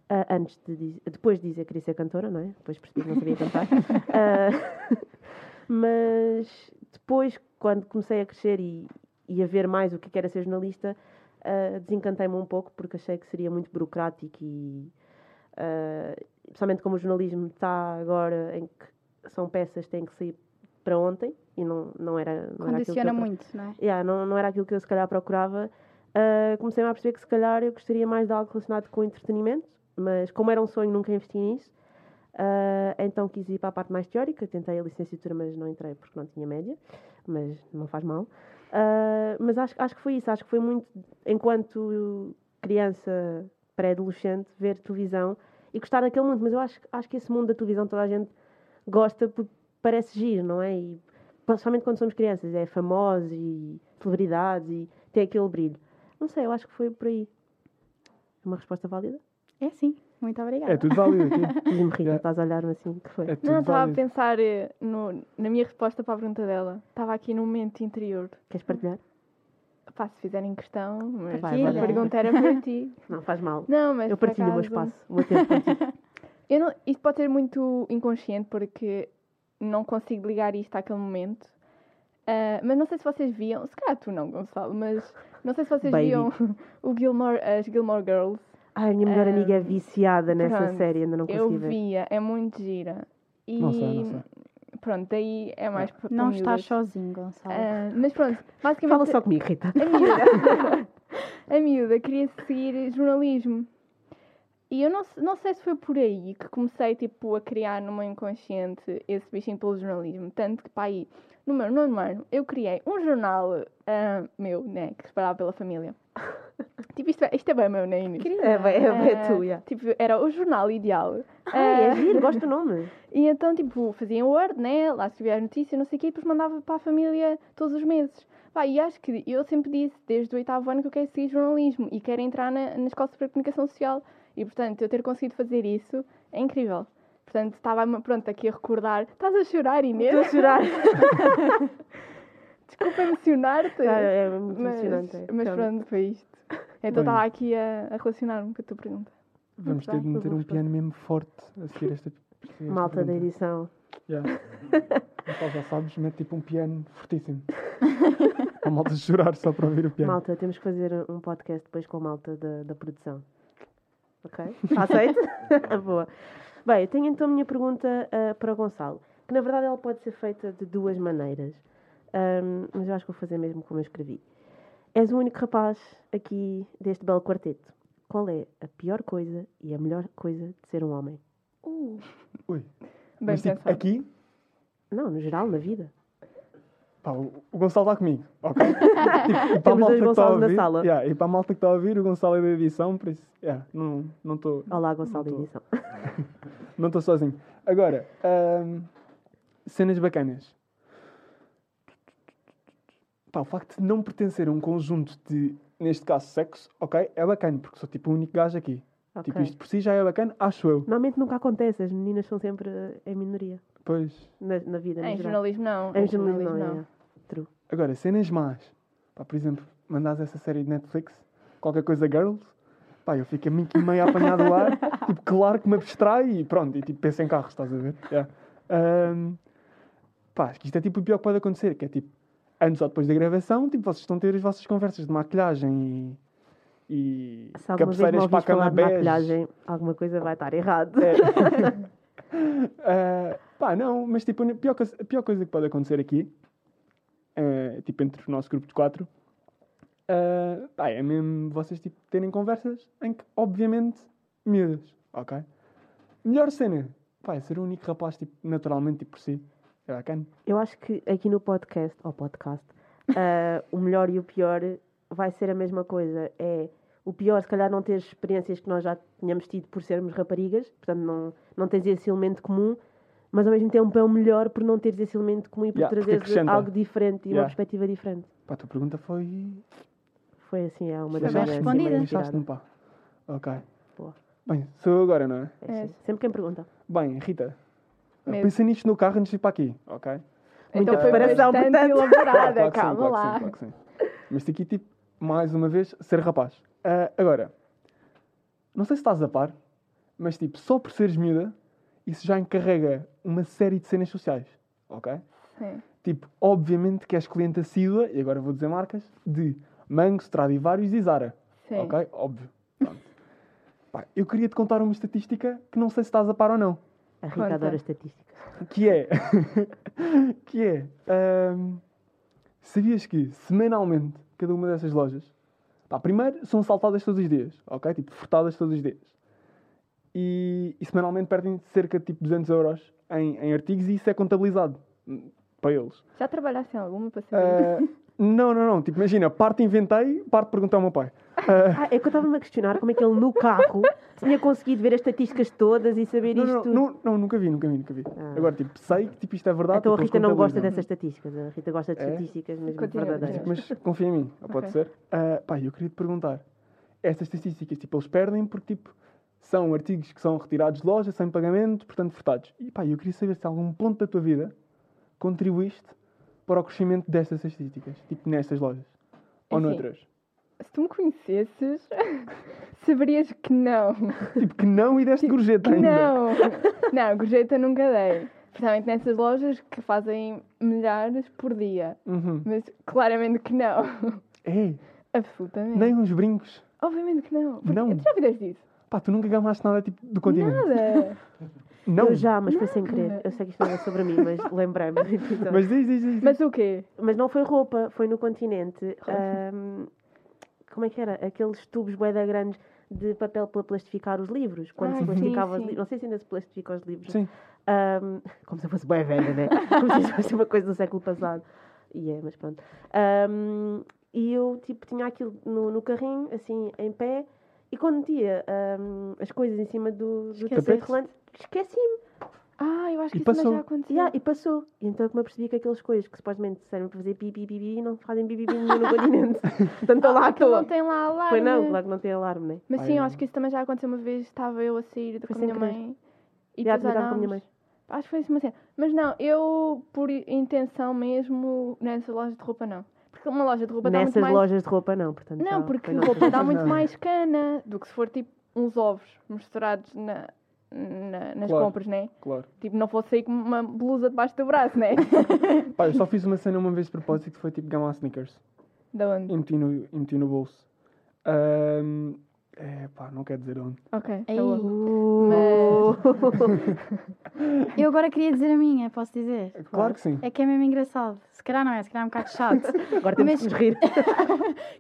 Ah, antes de dizer, depois de dizer que queria ser cantora, não é? Depois percebi que não sabia cantar. Ah, mas depois, quando comecei a crescer e, e a ver mais o que é que era ser jornalista, ah, desencantei-me um pouco porque achei que seria muito burocrático e, ah, principalmente como o jornalismo está agora em que são peças que têm que sair para ontem e não, não era. Não era aquilo que eu
Condiciona
pro-
muito, não é?
Yeah, não, não era aquilo que eu se calhar procurava. Ah, Comecei-me a perceber que se calhar eu gostaria mais de algo relacionado com entretenimento, mas como era um sonho, nunca investi nisso. Ah, então quis ir para a parte mais teórica, tentei a licenciatura, mas não entrei porque não tinha média, mas não faz mal. Ah, mas acho, acho que foi isso, acho que foi muito, enquanto criança pré-adolescente, ver televisão e gostar daquele mundo, mas eu acho, acho que esse mundo da televisão toda a gente gosta porque parece giro, não é? E principalmente quando somos crianças, é famosos e celebridades e tem aquele brilho. Não sei, eu acho que foi por aí. É Uma resposta válida?
É sim, muito obrigada.
É tudo válido aqui.
Diz-me, Rita,
Yeah.
estás a olhar-me assim, que foi?
É tudo
Não, estava a
válido.
pensar eh, no- na minha resposta para a pergunta dela. Estava aqui no momento interior.
Queres partilhar?
Pá, se fizerem questão, mas
Vai,
vai,
a
vai.
pergunta era para ti.
Não, faz mal.
Não, mas
Tá eu
por
partilho o meu
acaso-
espaço, o meu tempo contigo.
Eu não, isto pode ser muito inconsciente porque não consigo ligar isto àquele momento. Ah, mas não sei se vocês viam, se calhar tu não, Gonçalo, mas não sei se vocês
Baby.
viam o Gilmore, as Gilmore Girls.
Ai, a minha melhor
Ah,
amiga é viciada nessa
pronto,
série, ainda não
Eu
consegui ver.
via, é muito gira. E
Não sei, não sei.
pronto, daí é mais para
Não
para
estás
miúdas.
sozinho, Gonçalo.
É.
Ah, mas pronto, basicamente.
Fala só comigo, Rita.
A miúda, a miúda queria seguir jornalismo. E eu não, se- não sei se foi por aí que comecei, tipo, a criar no meu inconsciente esse bichinho pelo jornalismo. Tanto que, pá, aí, no meu nono ano, eu criei um jornal ah, meu, né, que separava pela família. tipo, isto é, isto é bem meu, né, Inês?
Querida.
É, bem, é, bem
Ah,
tu, yeah.
Tipo, era o jornal ideal.
Ai,
Ah,
é giro, gosto do nome.
e então, tipo, fazia em Word, né? Lá escrevia as notícias, não sei o quê, e depois mandava para a família todos os meses. Pá, e acho que eu sempre disse, desde o oitavo ano, que eu quero seguir jornalismo e quero entrar na, na Escola Superior de Comunicação Social. E, portanto, eu ter conseguido fazer isso é incrível. Portanto, estava-me, pronto, aqui a recordar. Estás a chorar,
Estou a
Inês?
chorar.
Desculpa emocionar-te.
Ah, é muito
mas,
emocionante. é.
mas
Então,
pronto, foi isto.
Bem.
Então, estava aqui a, a relacionar-me com a tua pergunta.
Vamos ter
bem,
de
foi
meter
boa
um
resposta.
piano mesmo forte a seguir esta. esta
Malta da
pergunta.
edição.
Yeah. Então já sabes, mete tipo um piano fortíssimo. a malta chorar só para ouvir o piano.
Malta, temos que fazer um podcast depois com a malta da, da produção. Ok? Aceito? Boa. Bem, eu tenho então a minha pergunta ah, para o Gonçalo, que na verdade ela pode ser feita de duas maneiras, Ahm, mas eu acho que vou fazer mesmo como eu escrevi. És o único rapaz aqui deste belo quarteto. Qual é a pior coisa e a melhor coisa de ser um homem?
Uh,
Ui.
Bem
Mas tipo,
pensado.
aqui,
Não, no geral, na vida.
Pá, o o Gonçalo está comigo, ok? Tipo, e para a
dois
malta que tá a
Gonçalos na
ouvir-
sala.
yeah, e para a malta que está a ouvir, o Gonçalo é da edição, por isso, yeah, não não estou
Olá, Gonçalo da
Não tô.
Edição.
não estou sozinho. Agora, ahm, cenas bacanas. Pá, o facto de não pertencer a um conjunto de, neste caso, sexo, ok? É bacana, porque sou tipo o único gajo aqui.
Ok.
Tipo, isto por si já é bacana, acho eu.
Normalmente nunca acontece, as meninas são sempre eh, em minoria
Pois.
na, na
é
vida. no
Em
geral.
jornalismo não.
Em jornalismo, não. é.
Agora, cenas más. Pá, por exemplo, mandas essa série de Netflix, qualquer coisa Girls, pá, eu fico a mim que meio apanhado ao ar, tipo, claro que me abstrai e pronto, e tipo, penso em carros, estás a ver? Yeah. Ahm, pá, acho que isto é tipo o pior que pode acontecer, que é tipo, antes ou depois da gravação, tipo, vocês estão a ter as vossas conversas de maquilhagem e. e
Se alguma vez me ouvires falar de maquilhagem, alguma coisa vai estar errado.
é. Ah, pá, não, mas tipo, a pior, coisa- a pior coisa que pode acontecer aqui, eh, tipo, entre o nosso grupo de quatro, ah, pá, é mesmo vocês tipo, terem conversas em que, obviamente, miúdas, ok? Melhor cena, pá, é ser o único rapaz, tipo, naturalmente, tipo, por si. É bacana.
Eu acho que aqui no podcast, ou podcast, ah, o melhor e o pior vai ser a mesma coisa. É o pior, se calhar, não ter experiências que nós já tínhamos tido por sermos raparigas, portanto, não, não tens esse elemento comum, mas ao mesmo tempo é o melhor por não teres esse elemento comum e por
Yeah, porque
trazeres
acrescenta.
algo diferente e uma
Yeah.
perspectiva diferente.
Pá, a tua pergunta foi...
Foi assim, é uma
Foi
das
bem
minhas- assim,
respondida.
meio
Deixaste-me,
tirada.
pá. Ok.
Boa.
Bem, sou eu agora, não é?
É,
É.
sim. Sempre quem pergunta.
Bem, Rita,
Meu.
pensa nisto no carro antes de ir para aqui, ok?
Então foi
preparação,
bastante
portanto.
Claro, claro
elaborada,
que sim, claro
calma
que
lá.
sim, claro que sim. Mas aqui, tipo, mais uma vez, ser rapaz. Ah, agora, não sei se estás a par, mas tipo, só por seres miúda, isso já encarrega uma série de cenas sociais, ok?
Sim.
Tipo, obviamente que és cliente assídua, e agora vou dizer marcas, de Mango, Stradivarius e Zara,
Sim.
ok? Óbvio. Pronto. Pá, eu queria te contar uma estatística que não sei se estás a par ou não
A Rita
Conta.
adora estatísticas.
que é que é ahm, sabias que semanalmente cada uma dessas lojas pá, primeiro são saltadas todos os dias ok tipo furtadas todos os dias e, e semanalmente perdem cerca de tipo 200 euros em, em artigos e isso é contabilizado hum, para eles
Já trabalhaste em alguma para saber?
Ah, não não não tipo imagina parte inventei parte perguntei ao meu pai
Ah, é que eu estava-me a questionar como é que ele no carro tinha conseguido ver as estatísticas todas e saber
não,
isto
não,
tudo.
não, não, nunca vi nunca vi nunca vi
Ah.
agora tipo sei que tipo isto é verdade
Então a
tipo, eles
Rita não gosta
contabilizam.
dessas estatísticas. A Rita gosta de
É?
estatísticas mesmo
Continua,
verdadeiras.
continua.
Mas confia em mim, pode
Ok.
ser. Ah, pá, eu queria te perguntar. Estas estatísticas, tipo, eles perdem porque, tipo, são artigos que são retirados de loja, sem pagamento, portanto, furtados. E, pá, eu queria saber se a algum ponto da tua vida contribuíste para o crescimento destas estatísticas, tipo, nestas lojas. Ou
Enfim.
noutras.
Se tu me conhecesses, saberias que não.
Tipo, que não e deste gorjeta ainda.
Não! Não, gorjeta nunca dei. Principalmente nessas lojas que fazem milhares por dia.
Uhum.
Mas claramente que não.
Ei,
Absolutamente.
nem uns brincos.
Obviamente que não. Porque
Não.
Tu já fizeste isso?
Pá, tu nunca gamaste nada, tipo, do continente.
Nada.
Não.
Eu já, mas foi sem querer.
Nada.
Eu sei que isto não é sobre mim, mas lembrei-me. Então. Mas...
Mas diz, diz, diz.
Mas o quê?
não foi roupa, foi no continente. Ahm, como é que era? Aqueles tubos boeda grandes de papel para plastificar os livros. Quando
Ah,
se
sim,
plastificava os
sim.
livros. Não sei se ainda se plastifica os livros.
Sim.
Ahm, como se eu fosse bem velha, né? Como se isso fosse uma coisa do século passado. E é, mas pronto. Ahm, e eu, tipo, tinha aquilo no, no carrinho, assim, em pé, e quando metia ahm, as coisas em cima do, do
Esqueceste?
tapete rolante, esqueci-me.
Ah, eu acho que
E
isso também
passou.
já aconteceu.
Yeah, e passou. E então é que me apercebi que aquelas coisas que supostamente servem para fazer pipi, pipi, pipi, não fazem pipi, pipi nenhum no continente. Portanto, estou lá à
Aquilo Ah, não
toa.
tem lá alarme.
Pois não, claro que não tem alarme, né?
Mas
Ai,
sim, eu
não.
acho que isso também já aconteceu uma vez. Estava eu a sair
Foi
com a
sem
minha
querer.
mãe. E
Já,
depois
também estava com a minha
olhámos.
mãe.
Acho que foi isso uma cena. Mas não, eu, por i- intenção mesmo, nessas lojas de roupa, não. Porque uma loja de roupa dá muito
Nessas
mais...
lojas de roupa, não, portanto. já
Não, porque
foi nossa
roupa dá
Não.
muito mais cana do que se for, tipo, uns ovos misturados na, na- nas
Claro.
compras, né?
Claro.
Tipo, não fosse sair com uma blusa debaixo do braço, né?
Pá, eu só fiz uma cena uma vez de propósito que foi, tipo, gamar sneakers.
da onde?
Hum.
E meti no, e meti no bolso. Ahm, é, pá, não quero dizer onde.
Ok. tá
Ei.
bom.
Uh,
Eu agora queria dizer a minha, posso dizer?
Claro que sim.
É que é mesmo engraçado. Se calhar não é, se calhar é um bocado chato.
Agora temos
Mas-
que nos rir.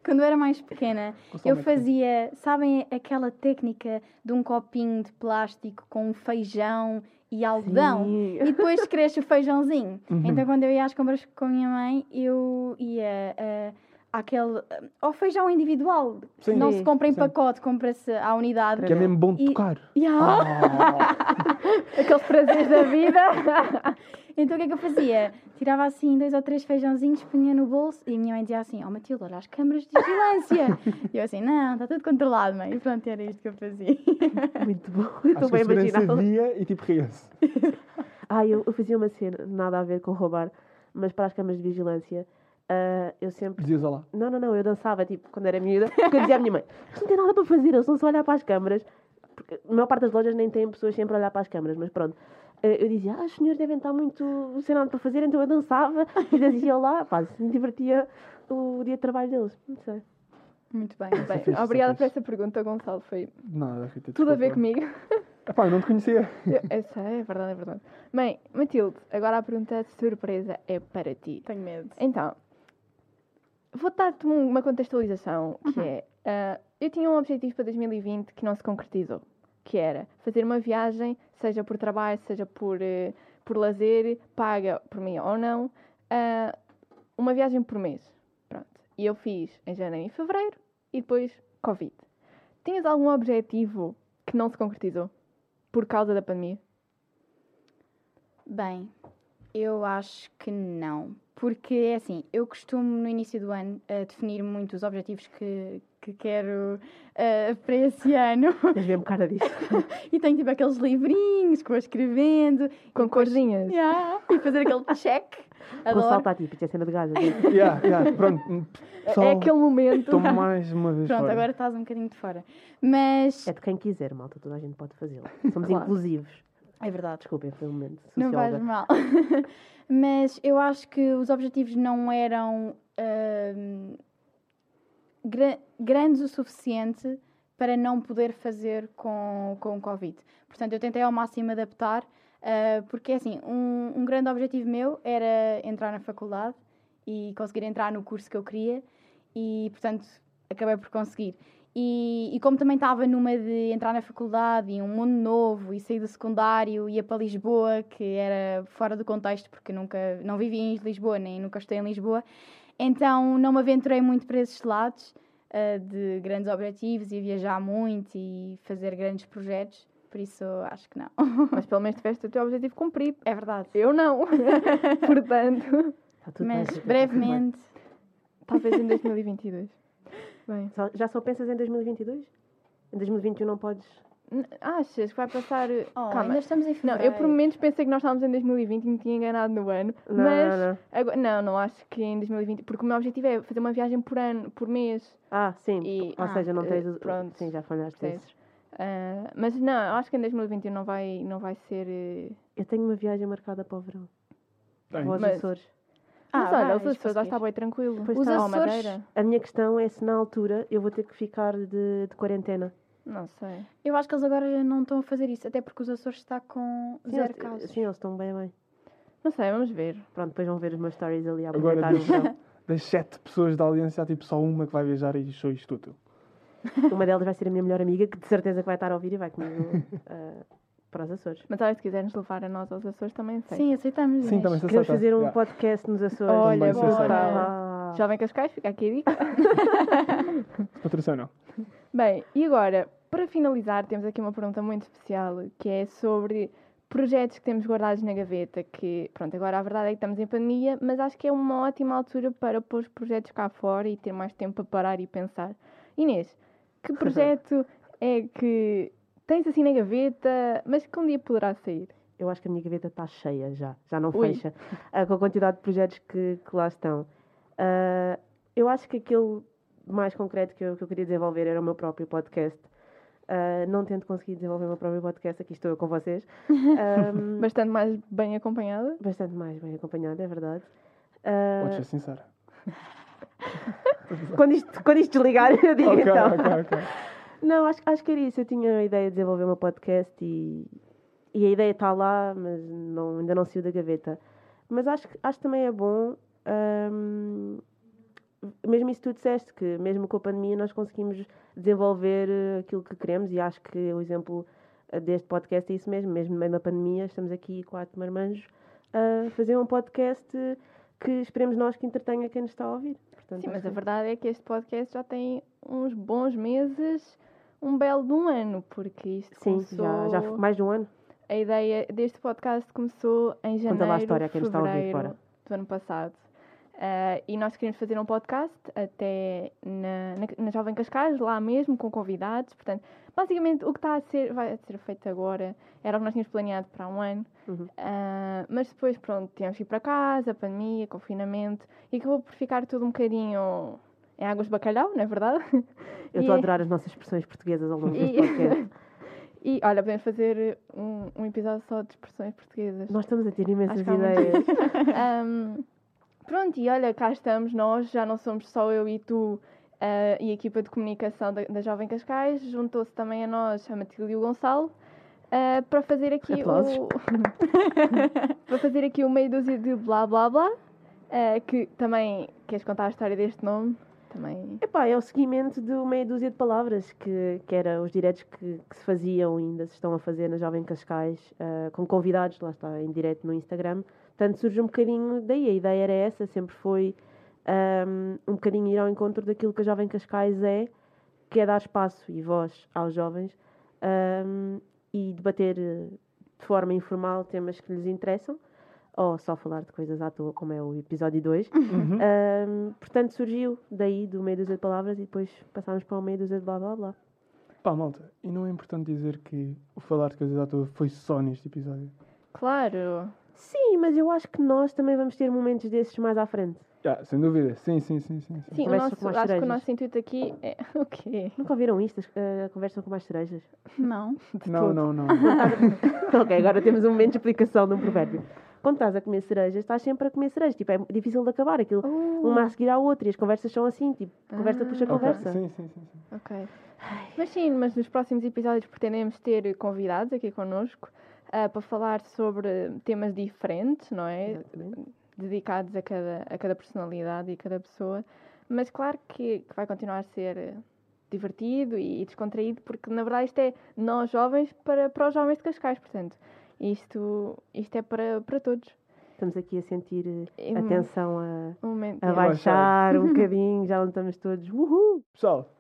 Quando eu era mais pequena,
Gonçalo,
eu
mete-me.
fazia, sabem aquela técnica de um copinho de plástico com um feijão e algodão.
Sim.
E depois cresce o feijãozinho.
Uhum.
Então, quando eu ia às compras com a minha mãe, eu ia eh, àquele. eh, ao feijão individual.
Sim.
Não se compra em
Sim.
pacote, compra-se à unidade.
Que é mesmo bom de
E-
tocar.
E há-
Ah,
Aqueles prazeres da vida.
Então o que é que eu fazia? Tirava assim dois ou três feijãozinhos, punha no bolso e a minha mãe dizia assim: Oh Matilde, olha as câmaras de vigilância. e eu assim: Não, está tudo controlado, mãe. E pronto, era isto que eu fazia.
Muito bom. Eu
acho
estou
que a
bem a
segurança
imaginar.
via e tipo ria-se.
Ah, eu, eu fazia uma cena, nada a ver com roubar, mas para as câmaras de vigilância, ah, eu sempre.
Dizias olá.
Não, não, não, eu dançava, tipo, quando era miúda, porque eu dizia à minha mãe, isto não tem nada para fazer, eles não se olhar para as câmaras. Porque a maior parte das lojas nem tem pessoas sempre a olhar para as câmaras, mas pronto. Eh, Eu dizia, ah, os senhores devem estar muito sem nada para fazer, então eu dançava e dizia lá, pá, se me divertia o dia de trabalho deles. Não sei.
Muito bem.
Essa é
Bem,
fixe, essa é
obrigada por
fixe.
essa pergunta, Gonçalo. Foi
Nada, Rita.
tudo a ver
desculpa.
comigo.
Epá, eu não te conhecia.
Eu, eu sei, é verdade, é verdade. Bem, Matilde, agora a pergunta de surpresa é para ti.
Tenho medo.
Então, vou dar-te um- uma contextualização, que é... ah, eu tinha um objetivo para 2020 que não se concretizou, que era fazer uma viagem, seja por trabalho, seja por, eh, por lazer, paga por mim ou não, ah, uma viagem por mês. Pronto. E eu fiz em janeiro e fevereiro, e depois Covid. Tinhas algum objetivo que não se concretizou? Por causa da pandemia?
Bem, eu acho que não. Porque é assim, eu costumo no início do ano eh, definir muito os objetivos que, que quero eh, para esse ano.
Mas vê-me cara disso.
e tenho tipo aqueles livrinhos que vou escrevendo.
Com corzinhas?
Yeah, e fazer aquele check.
Vou
Adoro.
saltar tipo, isto é cena de gajo.
yeah, yeah, pronto. Pessoal,
É aquele momento...
estou mais uma vez
Pronto,
fora.
agora estás um bocadinho de fora. Mas.
É de quem quiser, malta, toda a gente pode fazê-lo. Somos
Claro.
inclusivos.
É verdade.
Desculpem, foi um momento
Não faz
socióloga.
mal. Mas eu acho que os objetivos não eram ahm, gra- grandes o suficiente para não poder fazer com, com o Covid. Portanto, eu tentei ao máximo adaptar, ah, porque assim, um, um grande objetivo meu era entrar na faculdade e conseguir entrar no curso que eu queria e, portanto, acabei por conseguir. E, e como também estava numa de entrar na faculdade e um mundo novo e sair do secundário e ia para Lisboa, que era fora do contexto porque nunca, não vivi em Lisboa nem nunca estou em Lisboa, então não me aventurei muito para esses lados ah, de grandes objetivos e viajar muito e fazer grandes projetos, por isso acho que não.
Mas pelo menos tiveste o teu objetivo cumprido.
É verdade.
Eu não. Portanto,
Está tudo bem,
Mas
Rita, está tudo bem.
brevemente,
talvez em 2022. Bem,
Só- Já só pensas em 2022? Em 2021 não podes.
n- achas que vai passar. eh,
oh,
Calma.
ainda estamos em
Não,
fevereiro.
eu por momentos pensei que nós estávamos em 2020 e me tinha enganado no ano.
Não,
mas.
não, não.
agora- não, não acho que em 2020. Porque o meu objetivo é fazer uma viagem por ano, por mês.
Ah, sim.
E-
Ou
ah,
seja, não
eh,
tens. o-
pronto.
Sim, já falhaste
percebes?
isso.
Ah, mas não, eu acho que em 2021 não vai, não vai ser. eh,
Eu tenho uma viagem marcada para o verão.
Tem.
Vou aos
Mas-
Açores.
Ah,
mas olha,
vais
os Açores já
conseguir.
está bem tranquilo.
Pois
os
está.
Açores...
Açores-
Madeira?
A minha questão é se na altura eu vou ter que ficar de, de quarentena.
Não sei.
Eu acho que eles agora já não estão a fazer isso, até porque os Açores está com
Sim,
zero
eles,
casos.
sim, eles estão bem, bem.
Não sei, vamos ver.
Pronto, depois vão ver os meus stories ali a
Agora
aproveitar o
deixa-
verão.
Das sete pessoas da audiência, há tipo só uma que vai viajar e sou isto tudo.
Uma delas vai ser a minha melhor amiga, que de certeza que vai estar a ouvir e vai comigo ah, para os Açores.
Mas olha, se quiserem nos levar a nós aos Açores também sei.
Sim, aceitamos.
Sim, também se
Queremos
aceita.
fazer um
Yeah.
podcast nos Açores.
Também
Olha,
se bora.
Ah,
Jovem Cascais, fica aqui a dica.
Patrocínio.
Bem, e agora, para finalizar, temos aqui uma pergunta muito especial, que é sobre projetos que temos guardados na gaveta, que, pronto, agora a verdade é que estamos em pandemia, mas acho que é uma ótima altura para pôr os projetos cá fora e ter mais tempo para parar e pensar. Inês, que projeto é que tens assim na gaveta, mas que um dia poderá sair?
Eu acho que a minha gaveta está cheia já, já não
Ui.
fecha, ah, com a quantidade de projetos que, que lá estão. Ah, eu acho que aquele mais concreto que eu, que eu queria desenvolver era o meu próprio podcast. Ah, não tendo conseguido desenvolver o meu próprio podcast, aqui estou eu com vocês. Ahm,
Bastante mais bem acompanhada?
bastante mais bem acompanhada, é verdade. Ah,
Podes ser sincera.
quando, isto, quando isto desligar, eu digo
Ok,
então.
ok, ok.
Não, acho, acho que era isso. Eu tinha a ideia de desenvolver uma podcast e, e a ideia está lá, mas não- ainda não saiu da gaveta. Mas acho, que- acho que também é bom, hum, mesmo isso que tu disseste, que mesmo com a pandemia nós conseguimos desenvolver eh, aquilo que queremos e acho que o exemplo eh, deste podcast é isso mesmo, mesmo no meio da pandemia, estamos aqui quatro marmanjos a fazer um podcast que esperemos nós que entretenha quem nos está a ouvir. Portanto,
Sim,
acho
mas
que-
a verdade é que este podcast já tem uns bons meses, um belo de um ano, porque isto
Sim,
começou...
já, já foi mais de um ano.
A ideia deste podcast começou em janeiro,
Conta lá a história a quem nos está a ouvir,
fevereiro
bora.
do ano passado. Ah, e nós queríamos fazer um podcast até na, na, na Jovem Cascais, lá mesmo, com convidados. Portanto, basicamente o que está a ser, vai ser feito agora era o que nós tínhamos planeado para um ano.
Uhum.
Ah, mas depois, pronto, tínhamos que ir para casa, pandemia, confinamento. E acabou por ficar tudo um bocadinho em águas de bacalhau, não é verdade?
Eu
E-
estou a adorar as nossas expressões portuguesas ao longo deste
E-
podcast.
E olha, podemos fazer um, um episódio só de expressões portuguesas.
Nós estamos a ter imensas
Acho que há muito-
ideias.
Ahm, pronto, e olha, cá estamos nós, já não somos só eu e tu ah, e a equipa de comunicação da, da Jovem Cascais, juntou-se também a nós a Matilde e o Gonçalo ah, para fazer aqui
Aplausos.
o. para fazer aqui o meio dúzia de blá blá blá, ah, que também queres contar a história deste nome? Também.
Epá, é o seguimento de meia dúzia de palavras, que, que era os diretos que, que se faziam e ainda se estão a fazer na Jovem Cascais, ah, com convidados, lá está, em direto no Instagram. Portanto, surge um bocadinho daí. A ideia era essa, sempre foi ahm, um bocadinho ir ao encontro daquilo que a Jovem Cascais é, que é dar espaço e voz aos jovens ahm, e debater eh, de forma informal temas que lhes interessam, ou só falar de coisas à toa, como é o episódio 2.
Uhum.
Ahm, portanto, surgiu daí do meio dúzia de palavras e depois passámos para o meio dúzia de blá blá blá.
Pá, malta, e não é importante dizer que o falar de coisas à toa foi só neste episódio.
Claro!
Sim, mas eu acho que nós também vamos ter momentos desses mais à frente.
Ah, sem dúvida, sim, sim, sim, sim. sim.
Sim, o
Conversas
nosso,
com as
acho que o
cerejas.
nosso intuito aqui é. O quê?
Nunca ouviram isto, as- eh, a conversa com mais cerejas?
Não.
não, não, não,
ok, agora temos um momento de explicação de um provérbio. Quando estás a comer cerejas, estás sempre a comer cerejas. Tipo, é difícil de acabar aquilo. Uma a seguir à outra e as conversas são assim, tipo, conversa
Ah.
puxa
Ok.
conversa.
Sim, sim, sim. sim.
Ok. Mas sim, mas nos próximos episódios pretendemos ter convidados aqui connosco ah, para falar sobre temas diferentes, não é?
Exatamente.
Dedicados a cada, a cada personalidade e cada pessoa. Mas claro que, que vai continuar a ser eh, divertido e, descontraído, porque na verdade isto é nós jovens para, para os jovens de Cascais, portanto. Isto, isto é para, para todos.
Estamos aqui a sentir eh,
É um-
a tensão a,
um momento.
a
Eu
baixar um bocadinho, já não estamos todos. Uhul!
Pessoal,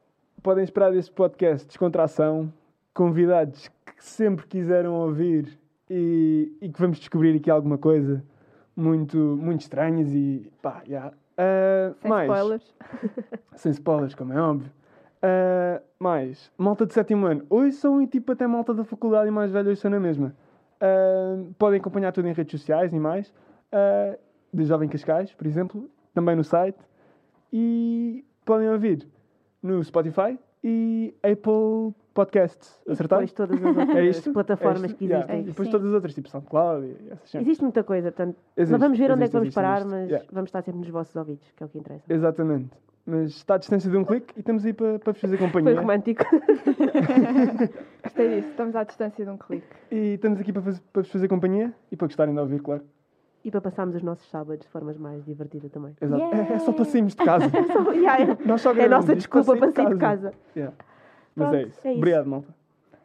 podem esperar deste podcast descontração, convidados que sempre quiseram ouvir e, e que vamos descobrir aqui alguma coisa muito, muito estranhas e pá, já. Ah,
Sem
mais,
spoilers.
Sem spoilers, como é óbvio. Ah, mais, malta de sétimo ano. Hoje são e tipo até malta da faculdade e mais velha hoje são na mesma. Ah, podem acompanhar tudo em redes sociais e mais. Ah, de Jovem Cascais, por exemplo. Também no site. E podem ouvir no Spotify e Apple Podcasts. Acertaram?
Depois todas as outras
É isto?
plataformas
É isto?
que
Yeah.
existem.
E depois
Sim.
todas as outras, tipo SoundCloud e essas cenas.
Existe muita coisa, portanto,
Existe,
nós vamos ver onde é
existe,
que vamos
existe,
parar,
existe.
mas
Yeah.
vamos estar sempre nos vossos ouvidos, que é o que interessa.
Exatamente. Mas está à distância de um clique e estamos aí para, para vos fazer
Foi é?
companhia.
romântico.
Gostei disso. Estamos à distância de um clique.
E estamos aqui para, faz- para vos fazer companhia e para gostarem de ouvir, claro.
e para passarmos os nossos sábados de forma mais divertida também.
Exato. É- É, só
Yeah.
para sairmos de casa.
Então, yeah, é-
Nós só
é a
gravamos
nossa
isto para
desculpa para sair de casa.
Yeah. Mas é
Pronto,
isso.
é isso.
Obrigado, malta.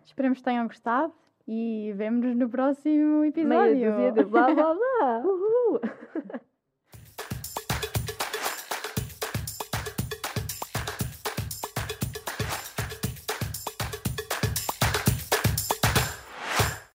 Esperamos que tenham gostado e vemo-nos no próximo
Meia
episódio.
dúzia de blá blá blá.
Uhul.